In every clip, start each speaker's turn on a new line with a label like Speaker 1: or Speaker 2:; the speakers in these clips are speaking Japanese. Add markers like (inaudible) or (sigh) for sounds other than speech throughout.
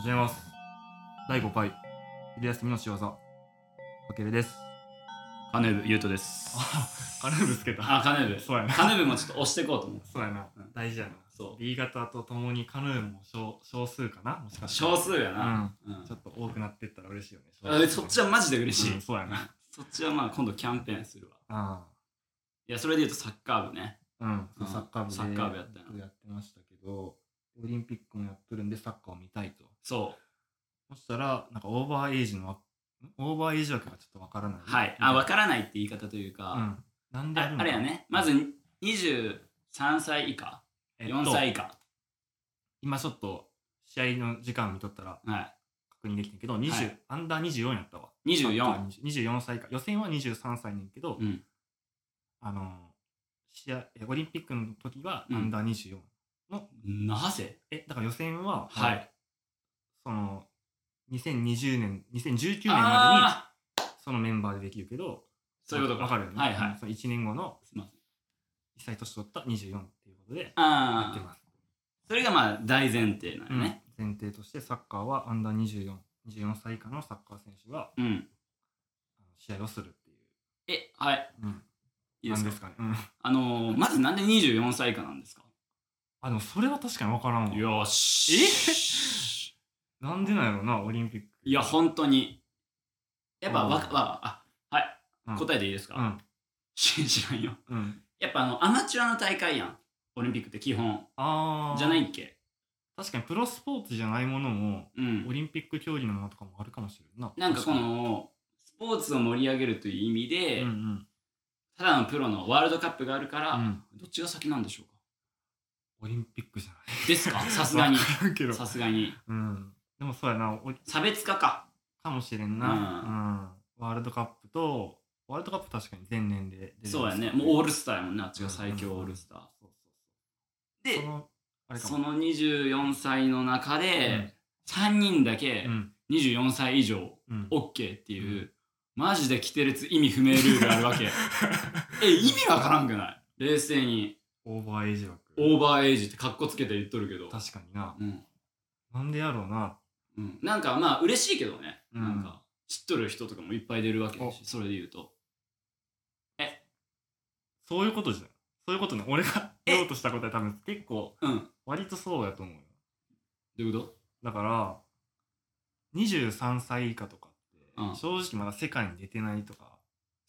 Speaker 1: 始めます第5回昼休みの仕業かけるです
Speaker 2: カネブ、ゆうとです。
Speaker 1: 金ぶつけた
Speaker 2: あ、カネブ。
Speaker 1: そうやな
Speaker 2: カネブもちょっと押していこうと思う。
Speaker 1: そうやな、
Speaker 2: うん
Speaker 1: 大事やな
Speaker 2: そう
Speaker 1: B 型とともにカヌーも少少数かなもしかして
Speaker 2: 少数や
Speaker 1: う
Speaker 2: な。
Speaker 1: ん
Speaker 2: うん
Speaker 1: ちょっと多くなってったら嬉しいよね
Speaker 2: あでそっちはマジで嬉しい。
Speaker 1: うんそうやな
Speaker 2: そっちはまあ今度キャンペーンするわ。
Speaker 1: あ
Speaker 2: いや、それで言うとサッカー部ね。
Speaker 1: あうん、
Speaker 2: うん
Speaker 1: サッカー部で
Speaker 2: サッカー部やったよ
Speaker 1: やってましたけどオリンピックもやってるんでサッカーを見たいと
Speaker 2: そう。
Speaker 1: そしたらなんかオーバーエイジのわオーバーエイジ枠がちょっとわからない
Speaker 2: はい。あ、わからないって言い方という
Speaker 1: う
Speaker 2: か、
Speaker 1: んなんである
Speaker 2: あ
Speaker 1: の
Speaker 2: あれやね。まず23歳以下、
Speaker 1: えっと
Speaker 2: 4歳以下。
Speaker 1: 今ちょっと試合の時間見とったら
Speaker 2: は
Speaker 1: 確認できたけど、20
Speaker 2: はい
Speaker 1: アンダー24やったわ。
Speaker 2: い。24。
Speaker 1: 24歳以下。予選は23歳ねんけど、
Speaker 2: うん。
Speaker 1: あのー試合えオリンピックの時は
Speaker 2: うん
Speaker 1: アンダー24、
Speaker 2: なぜ
Speaker 1: えだから予選は、
Speaker 2: はい。
Speaker 1: その2020年2019年ま
Speaker 2: ああ
Speaker 1: でにそのメンバーでできるけど
Speaker 2: ーそういうことか。
Speaker 1: わかるよね、
Speaker 2: はいはい。
Speaker 1: その1年後の
Speaker 2: すいません。
Speaker 1: 1歳年取った24っていうことでやって
Speaker 2: ああ。
Speaker 1: ます、
Speaker 2: それがまあ大前提な
Speaker 1: うん
Speaker 2: よね。
Speaker 1: 前提としてサッカーはアンダー2424歳以下のサッカー選手が
Speaker 2: うん。
Speaker 1: あの試合をするっていう、
Speaker 2: え、はい。
Speaker 1: うん、
Speaker 2: いいで
Speaker 1: な
Speaker 2: すか
Speaker 1: んですかね、うん
Speaker 2: あのーまずなんで24歳以下なんですか
Speaker 1: あでもそれは確かに分からんわ
Speaker 2: よし。
Speaker 1: なんでなんやろうなオリンピック
Speaker 2: いや、本当に。やっぱ、
Speaker 1: うん
Speaker 2: わか、わ、あ、はい。
Speaker 1: うん
Speaker 2: 答えていいですか、
Speaker 1: うん
Speaker 2: 信じらんよ。
Speaker 1: うん
Speaker 2: やっぱ、あの、アマチュアの大会やん。オリンピックって基本。
Speaker 1: ああ
Speaker 2: じゃないっけ
Speaker 1: 確かにプロスポーツじゃないものも
Speaker 2: う
Speaker 1: オ
Speaker 2: ん。
Speaker 1: リンピック競技のものとかもあるかもしれんな
Speaker 2: なんかこ
Speaker 1: 確
Speaker 2: の、スポーツを盛り上げるという意味
Speaker 1: に
Speaker 2: で、
Speaker 1: うんうん
Speaker 2: ただのプロのワールドカップがあるから、
Speaker 1: うん
Speaker 2: どっちが先なんでしょうか
Speaker 1: オリンピックじゃない
Speaker 2: ですか (laughs) さすがに
Speaker 1: わ。からんけど
Speaker 2: さすがに。
Speaker 1: うんでもそうやなお
Speaker 2: 差別化か。
Speaker 1: かもしれんな、
Speaker 2: う
Speaker 1: うんワールドカップとワールドカップ確かに全年で出るんです
Speaker 2: そうやね。もうオールスターやもんね。あっちが最強オールスター。
Speaker 1: そうそうそうそ、
Speaker 2: で
Speaker 1: のあれかも
Speaker 2: その24歳の中
Speaker 1: うん
Speaker 2: で、3人だけ
Speaker 1: うん
Speaker 2: 24歳以上
Speaker 1: うん
Speaker 2: OK っていう、マジで規定列意味不明ルールある
Speaker 1: (laughs)
Speaker 2: わけ。え、意味わからんくない冷静に、
Speaker 1: オーバーエイジ枠
Speaker 2: オーバーエイジってカッコつけて言っとるけど。
Speaker 1: 確かにな
Speaker 2: うん。
Speaker 1: なんでやろうな
Speaker 2: うん。なんかまあ嬉しいけどね。
Speaker 1: うん
Speaker 2: なんか、知っとる人とかもいっぱい出るわけだし、それで言うと。
Speaker 1: そういうことじゃんそういうことね俺が言おうとしたことは多分結構
Speaker 2: うん。ど
Speaker 1: 割とそうやと思うよ
Speaker 2: ういうこと
Speaker 1: だから23歳以下とか
Speaker 2: う
Speaker 1: っ
Speaker 2: ん
Speaker 1: て正直まだ世界に出てないとか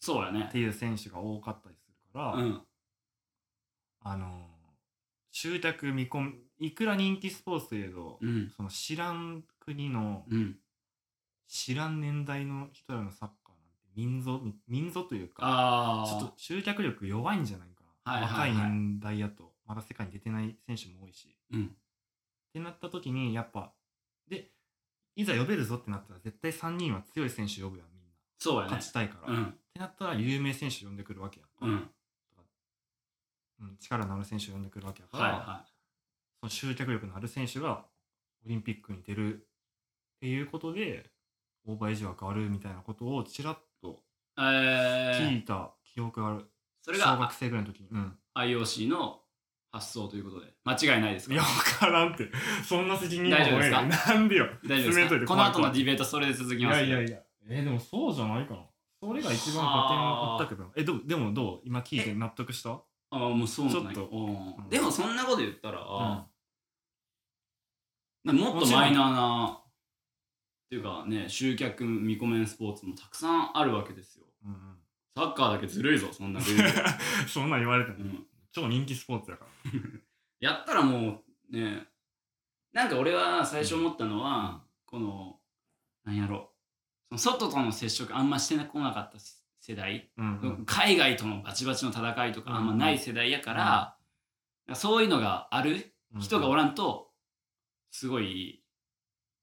Speaker 2: そうやね
Speaker 1: っ。ていう選手が多かったりするから、
Speaker 2: うん。
Speaker 1: あのー集客見込みいくら人気スポーツといえど、
Speaker 2: うん。
Speaker 1: その知らん国の
Speaker 2: うん。
Speaker 1: 知らん年代の人らのサッカーなんて民族民族というか
Speaker 2: あ
Speaker 1: ち
Speaker 2: あ。
Speaker 1: ょっと集客力弱いんじゃないかな、
Speaker 2: はいはいはい
Speaker 1: 若い年代やとまだ世界に出てない選手も多いし
Speaker 2: うん。
Speaker 1: ってなった時にやっぱでいざ呼べるぞってなったら絶対3人は強い選手呼ぶやんみんな
Speaker 2: そうやね
Speaker 1: 勝。ちたいから、
Speaker 2: う
Speaker 1: っ
Speaker 2: ん。
Speaker 1: てなったら有名選手呼んでくるわけやん
Speaker 2: うん。
Speaker 1: うん、力のある選手呼んでくるわけやから、
Speaker 2: はいはい。
Speaker 1: その集客力のある選手がオリンピックに出るっていうことでオーバーエイジは変わるみたいなことをちらっと
Speaker 2: え
Speaker 1: 聞
Speaker 2: ー、
Speaker 1: いた記憶がある、
Speaker 2: それ
Speaker 1: 小
Speaker 2: が
Speaker 1: 学生ぐらいの時に、うん、
Speaker 2: IOC の発想ということで間違いないですか
Speaker 1: いや分からんってそんな責任は
Speaker 2: 大丈夫ですか
Speaker 1: 負えないなんでよ
Speaker 2: 大丈夫です
Speaker 1: 詰めとい
Speaker 2: か
Speaker 1: て
Speaker 2: この後のディベートそれで続
Speaker 1: い
Speaker 2: きます
Speaker 1: やいや
Speaker 2: い
Speaker 1: いやえでもそうじゃないかなそれが一番加点あったけどえどうでもどう今聞いて納得した
Speaker 2: あもうそうなんだ
Speaker 1: ちょっと
Speaker 2: う
Speaker 1: う
Speaker 2: ん
Speaker 1: ん
Speaker 2: でもそんなこと言ったら、
Speaker 1: うん
Speaker 2: なもっとマイナーなっていうかね集客見込めんスポーツもたくさんあるわけですよ
Speaker 1: うんうん
Speaker 2: サッカーだけずるいぞそんなル
Speaker 1: (laughs)
Speaker 2: ール、
Speaker 1: そんなん言われて
Speaker 2: う
Speaker 1: も
Speaker 2: ん
Speaker 1: 超人気スポーツやから
Speaker 2: やったらもうねなんか俺は最初思ったのは、このなんやろその外との接触あんましてこなかった世代
Speaker 1: うんうん
Speaker 2: 海外とのバチバチの戦いとかあんまない世代やから、そういうのがある人がお
Speaker 1: ら
Speaker 2: らんとすごい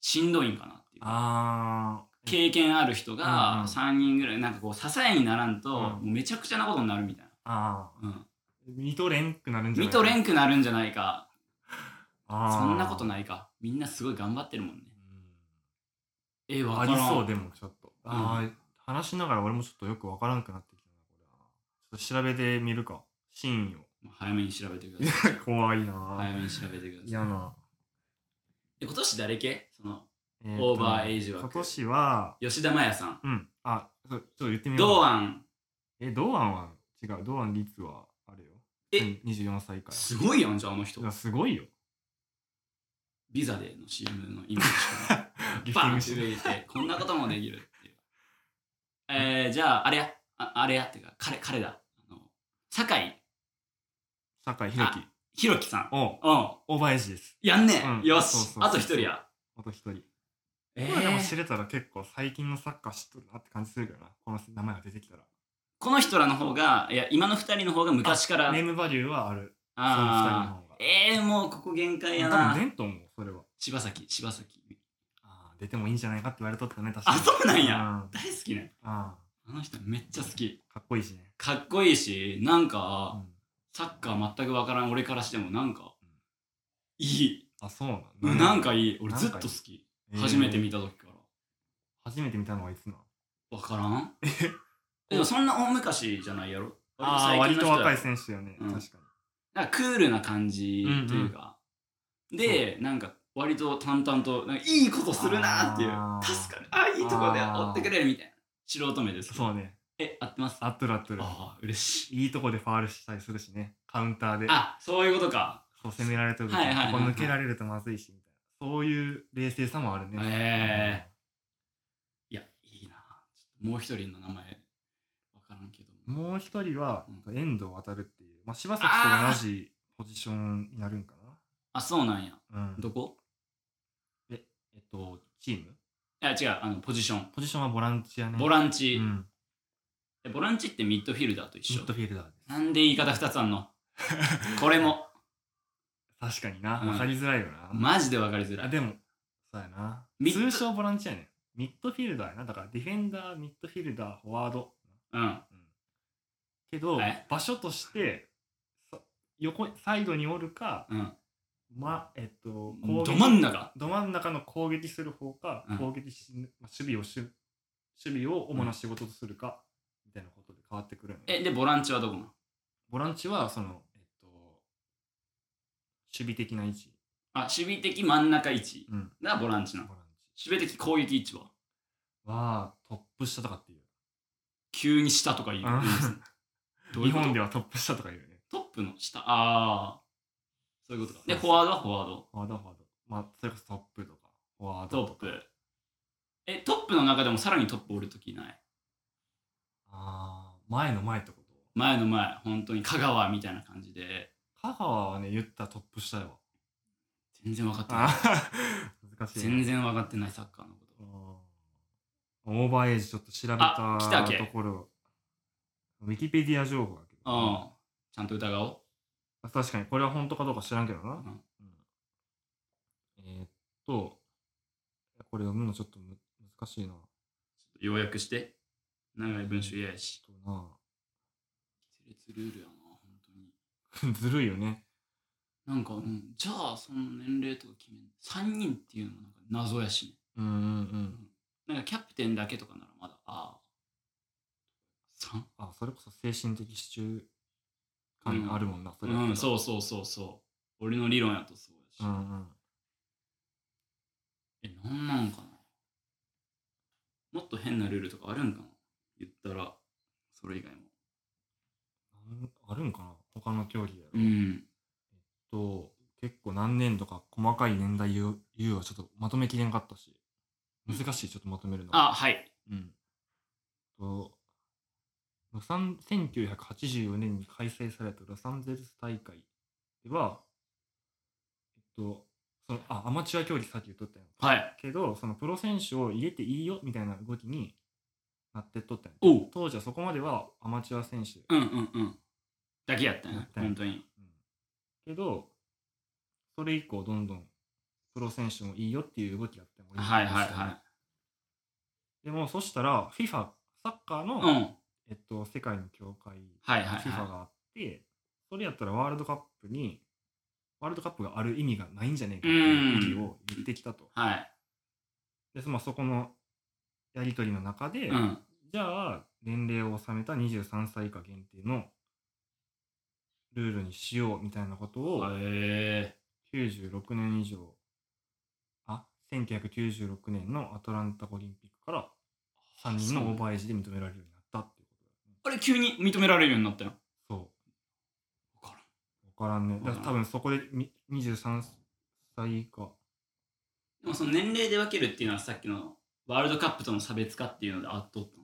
Speaker 2: しんどいんかなっていう
Speaker 1: あー
Speaker 2: 経験ある人
Speaker 1: うんう
Speaker 2: が
Speaker 1: ん
Speaker 2: 3人ぐらいなんかこう支えにならんと、
Speaker 1: うん
Speaker 2: もうめちゃくちゃなことになるみたい
Speaker 1: あ
Speaker 2: な、
Speaker 1: ー見とれんくなるん
Speaker 2: うん、
Speaker 1: じゃな
Speaker 2: 見
Speaker 1: い
Speaker 2: とれ
Speaker 1: ん
Speaker 2: んくなるんじゃないかそ
Speaker 1: そ
Speaker 2: んなことないかみんなすごい頑張ってるもんねえー、わ
Speaker 1: あ
Speaker 2: か
Speaker 1: り
Speaker 2: らん
Speaker 1: そうでもちょっとあー話しながら俺もちょっとよくわからんくなってきたなこれはちょっと調べてみるか真意を
Speaker 2: 早めに調べてく
Speaker 1: い
Speaker 2: だ
Speaker 1: や
Speaker 2: さい
Speaker 1: (laughs) 怖いな
Speaker 2: 早めに調べてください
Speaker 1: 嫌な
Speaker 2: え今年誰系その
Speaker 1: え
Speaker 2: オーバーエイジ枠
Speaker 1: 今年は、
Speaker 2: 吉田麻也さん
Speaker 1: うん、あ、そうちょっと言ってみよう。
Speaker 2: 堂安
Speaker 1: え、堂安は違う。堂安律は、あれよ。
Speaker 2: え
Speaker 1: うん ?24 歳から。
Speaker 2: すごいやんじゃああの人
Speaker 1: いやすごいよ。
Speaker 2: ビザでの CM のイメージ
Speaker 1: リフテ
Speaker 2: バ
Speaker 1: ィン
Speaker 2: ン
Speaker 1: グ
Speaker 2: っ
Speaker 1: してて
Speaker 2: 上げてこんなこともできるっていうえー、じゃああれやああれやっていうか彼彼だあの酒井
Speaker 1: 酒井宏樹。
Speaker 2: 宏樹さん
Speaker 1: お
Speaker 2: うん
Speaker 1: オーバーエイジです。
Speaker 2: やんね、
Speaker 1: うん
Speaker 2: よし
Speaker 1: そうそうそう
Speaker 2: あと一人や
Speaker 1: あと一人。
Speaker 2: え
Speaker 1: これでも
Speaker 2: ー
Speaker 1: 知れたら結構最近のサッカー知っとるなって感じするけどな。この名前が出てきたら。
Speaker 2: この人らの方がいや今の二人の方が昔から
Speaker 1: ネームバリューはある。
Speaker 2: あ
Speaker 1: その二人の方が
Speaker 2: あえー、もうここ限界や
Speaker 1: 多分
Speaker 2: な
Speaker 1: 出んと思う、それは。
Speaker 2: 柴崎柴崎
Speaker 1: あー出てもいいんじゃないかって言われとったね、確
Speaker 2: あそうなんや
Speaker 1: うん
Speaker 2: 大好きね
Speaker 1: あ
Speaker 2: あの人めっちゃ好き
Speaker 1: ーかっこいいしね。
Speaker 2: かっこいいしなんか、
Speaker 1: うん
Speaker 2: サッカー全くわからん俺からしてもなんか
Speaker 1: うん
Speaker 2: いい、
Speaker 1: あ、そうなん
Speaker 2: うんなんかいい俺
Speaker 1: なん
Speaker 2: ず
Speaker 1: か
Speaker 2: っ
Speaker 1: いい
Speaker 2: と好き、
Speaker 1: えー
Speaker 2: 初めて見た時か
Speaker 1: 初めて見たのはいつな
Speaker 2: らわからんでもそんな大昔じゃないやろ
Speaker 1: ああー、
Speaker 2: 最
Speaker 1: 割
Speaker 2: 近の
Speaker 1: と
Speaker 2: 人やろ
Speaker 1: 若い選手よね。
Speaker 2: うん
Speaker 1: 確かに。
Speaker 2: なんかクールな感じというか、でなんか割と淡々となんかいいことするなーっていう
Speaker 1: あー
Speaker 2: 確かにああーいいとこで
Speaker 1: あー
Speaker 2: 追ってくれるみたいな素人目ですけど
Speaker 1: そうね。
Speaker 2: え合ってますあ
Speaker 1: あっとるあっとる。
Speaker 2: あー嬉しい
Speaker 1: いいとこでファールしたりするしね。カウンターで。
Speaker 2: あそういうことか
Speaker 1: そう攻められてる時、
Speaker 2: はいはいはいはい
Speaker 1: ここ抜けられるとまずいし、みたいな。そういう冷静さもあるね。
Speaker 2: ええいやいいなちょっともう一人の名前わからんけど
Speaker 1: もう一人は、遠藤航っていう、まあ、柴崎と
Speaker 2: あー
Speaker 1: 同じポジションになるんか
Speaker 2: あそうなんや
Speaker 1: な。うん。
Speaker 2: どこ
Speaker 1: えっと、チーム
Speaker 2: いや違うあのポジション
Speaker 1: ポジションはボランチやね。
Speaker 2: ボランチ
Speaker 1: う、ん。
Speaker 2: えボランチってミッドフィルダーと一
Speaker 1: ミ
Speaker 2: 緒
Speaker 1: ッドフィルダーです。
Speaker 2: なんで言い方2つあん
Speaker 1: (laughs)
Speaker 2: のこれも
Speaker 1: 確かにな。
Speaker 2: うん
Speaker 1: わかりづらいよな。
Speaker 2: マジでわかりづら
Speaker 1: あ
Speaker 2: い
Speaker 1: でも、そうやな。
Speaker 2: ミッド
Speaker 1: 通称ボランチやねん。ミッドフィルダーやな。だからディフェンダー、ミッドフィルダー、フォワード。
Speaker 2: うん
Speaker 1: けど
Speaker 2: え、
Speaker 1: 場所として、そ横、サイドにおるか、
Speaker 2: うん
Speaker 1: ま、えっと、
Speaker 2: ど真ん中
Speaker 1: ど真ん中の攻撃する方か、
Speaker 2: うん
Speaker 1: 攻撃し、まあ、守備をし、守備を主な仕事とするか、みたいなことで変わってくるの
Speaker 2: えでボランチはどこなの
Speaker 1: ボランチは、その、えっと、守備的な位置。
Speaker 2: あ守備的真ん中位置
Speaker 1: うん。
Speaker 2: がボランチ
Speaker 1: ボ
Speaker 2: な
Speaker 1: ラン
Speaker 2: の守備的攻撃位置は
Speaker 1: チは、トップ下とかっていう。
Speaker 2: 急に下とか言
Speaker 1: (laughs)
Speaker 2: う
Speaker 1: あ
Speaker 2: 言うんですねどう
Speaker 1: 日
Speaker 2: いうこと
Speaker 1: 本ではトップ下とか言うよね。
Speaker 2: トップの下ああそういうことかで
Speaker 1: そう
Speaker 2: フ
Speaker 1: そう
Speaker 2: ォワードはフォワード
Speaker 1: フォワード、フォワード。まあ、それこそトップとか、フォワード
Speaker 2: トッ
Speaker 1: とか。
Speaker 2: プえトップの中でもさらにトップおるときない
Speaker 1: ああ、前の前ってこと
Speaker 2: 前の前本当に香川みたいな感じで
Speaker 1: 香川はね、言ったらトップ下よ。
Speaker 2: 全然分かってない
Speaker 1: あー難しいな。
Speaker 2: 全然分かってないサッカーのこと
Speaker 1: うんオーバーエイジちょっと調べ
Speaker 2: あ来た
Speaker 1: た
Speaker 2: け
Speaker 1: ところ、ウィキペディア情報だけど、
Speaker 2: うんちゃんと疑おう
Speaker 1: 確かにこれは本当かどうか知らんけどな。
Speaker 2: ん
Speaker 1: うんえーっと、これ読むのちょっとむ難しいな。
Speaker 2: 要約して長い文章嫌やし
Speaker 1: ちょっとな
Speaker 2: 一律ルールやな本当
Speaker 1: (laughs)
Speaker 2: に
Speaker 1: ずるいよね。
Speaker 2: なんか、うん、じゃあその年齢とか決めん3人っていうのもなんか謎やしね
Speaker 1: うんうんうん。
Speaker 2: なんかキャプテンだけとかならまだああ 3?
Speaker 1: あ、それこそ精神的支柱感があるもんな、それやったら
Speaker 2: うん、そうそうそうそう。俺の理論やとそうやし。
Speaker 1: うんうん。
Speaker 2: え、なんなんかなもっと変なルールとかあるんかな言ったら、それ以外も。
Speaker 1: なんあるんかな他の競技やろ。
Speaker 2: ん。
Speaker 1: と結構何年とか細かい年代言う言うはちょっとまとめきれんかったし難しいちょっとまとめるの
Speaker 2: あ、はい。
Speaker 1: うんとロサン1984年に開催されたロサンゼルス大会ではえっとそのあアマチュア競技さっき言っとったやん
Speaker 2: はい。
Speaker 1: けどそのプロ選手を入れていいよみたいな動きになってっとったやん
Speaker 2: おう。
Speaker 1: 当時はそこまではアマチュア選手
Speaker 2: うんうんうん。だけやったん
Speaker 1: や
Speaker 2: や
Speaker 1: っ。たんや
Speaker 2: 本当に。
Speaker 1: うんけど、それ以降、どんどんプロ選手もいいよっていう動きやってもい
Speaker 2: はいはいは
Speaker 1: でも、そしたら、FIFA、サッカーの、
Speaker 2: い。うん。
Speaker 1: えっと、世界の協会、
Speaker 2: はいはい
Speaker 1: FIFA
Speaker 2: は
Speaker 1: があって、それやったらワールドカップに、ワールドカップがある意味がないんじゃねえかっていう意義を言ってきたと。
Speaker 2: い。はい。
Speaker 1: で、そまあ、そこのやりとりの中で、
Speaker 2: うん。
Speaker 1: じゃあ、年齢を収めた23歳以下限定のルールにしようみたいなことを、
Speaker 2: へえ。
Speaker 1: 96年以上あ1996年のアトランタオリンピックから3人のオーバーエイジで認められるようになったっていうことだよね
Speaker 2: あれ急に認められるようになったの
Speaker 1: そう
Speaker 2: 分からん
Speaker 1: 分からんね
Speaker 2: ん
Speaker 1: だから多分そこでみ23歳以下
Speaker 2: でもその年齢で分けるっていうのはさっきのワールドカップとの差別化っていうのであっとったの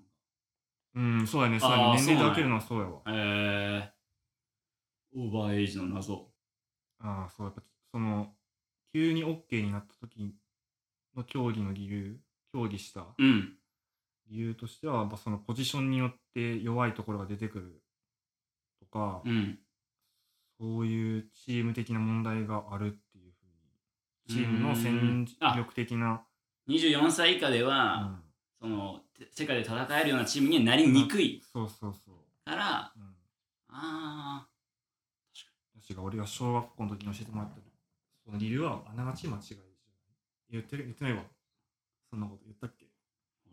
Speaker 1: うんそうやねそうや
Speaker 2: あー
Speaker 1: ね年齢
Speaker 2: そうなん
Speaker 1: で
Speaker 2: や
Speaker 1: 分けるのはそうやわ
Speaker 2: えー、オーバーエイジの謎
Speaker 1: ああそうやっぱその急に OK になった時の競技の理由競技した
Speaker 2: うん
Speaker 1: 理由としてはやっぱそのポジションによって弱いところが出てくるとか、
Speaker 2: うん
Speaker 1: そういうチーム的な問題があるっていうふうにチームの戦力的な、
Speaker 2: 24歳以下で
Speaker 1: う
Speaker 2: は、
Speaker 1: ん、
Speaker 2: そのて世界で戦えるようなチームにはなりにくい
Speaker 1: そうそうそう、
Speaker 2: から
Speaker 1: うん、
Speaker 2: あ
Speaker 1: だしが俺が小学校の時に教えてもらったその理由はあながち間違いじゃない言ってる言ってないわそんなこと言ったっけ
Speaker 2: ー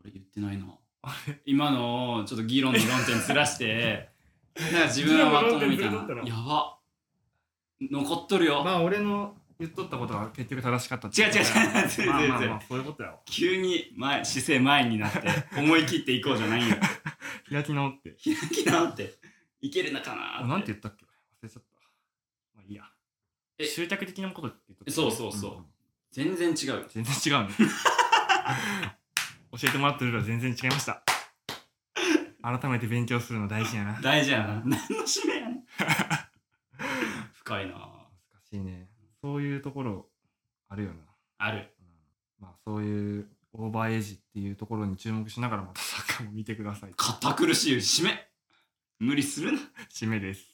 Speaker 2: 俺言ってないな
Speaker 1: あれ
Speaker 2: 今のちょっと議論の論点ずらして (laughs) なんか自分はまともみ
Speaker 1: 議
Speaker 2: たい
Speaker 1: 論の
Speaker 2: な
Speaker 1: 論点ずれとった
Speaker 2: やば残っとるよ、
Speaker 1: まあ俺の言っとったことは結局正しかったって
Speaker 2: 違う違う違う全
Speaker 1: ま
Speaker 2: 然
Speaker 1: あまあ
Speaker 2: 全
Speaker 1: ま
Speaker 2: 然
Speaker 1: あそういうことやわ
Speaker 2: 急に前姿勢前にな (laughs) って思い切っていこうじゃないんよ
Speaker 1: 開き直って
Speaker 2: 開き直っていけるのかなーっ
Speaker 1: あ
Speaker 2: て
Speaker 1: なんて言ったっけ忘れちゃったまあいいや
Speaker 2: え
Speaker 1: 執着的なことって言っとった
Speaker 2: そうそうそうん全然違うよ
Speaker 1: 全然違
Speaker 2: (laughs)
Speaker 1: うね教えてもらったルールは全然違いました改めて勉強するの大事やな難
Speaker 2: 大事やな何の締めやね (laughs) ん深いなあ
Speaker 1: しいねそういうところあるよな、
Speaker 2: ある
Speaker 1: うんまあそういうオーバーエイジっていうところに注目しながらまたサッカーも見てください
Speaker 2: 堅苦しい締め無理するな
Speaker 1: 締めです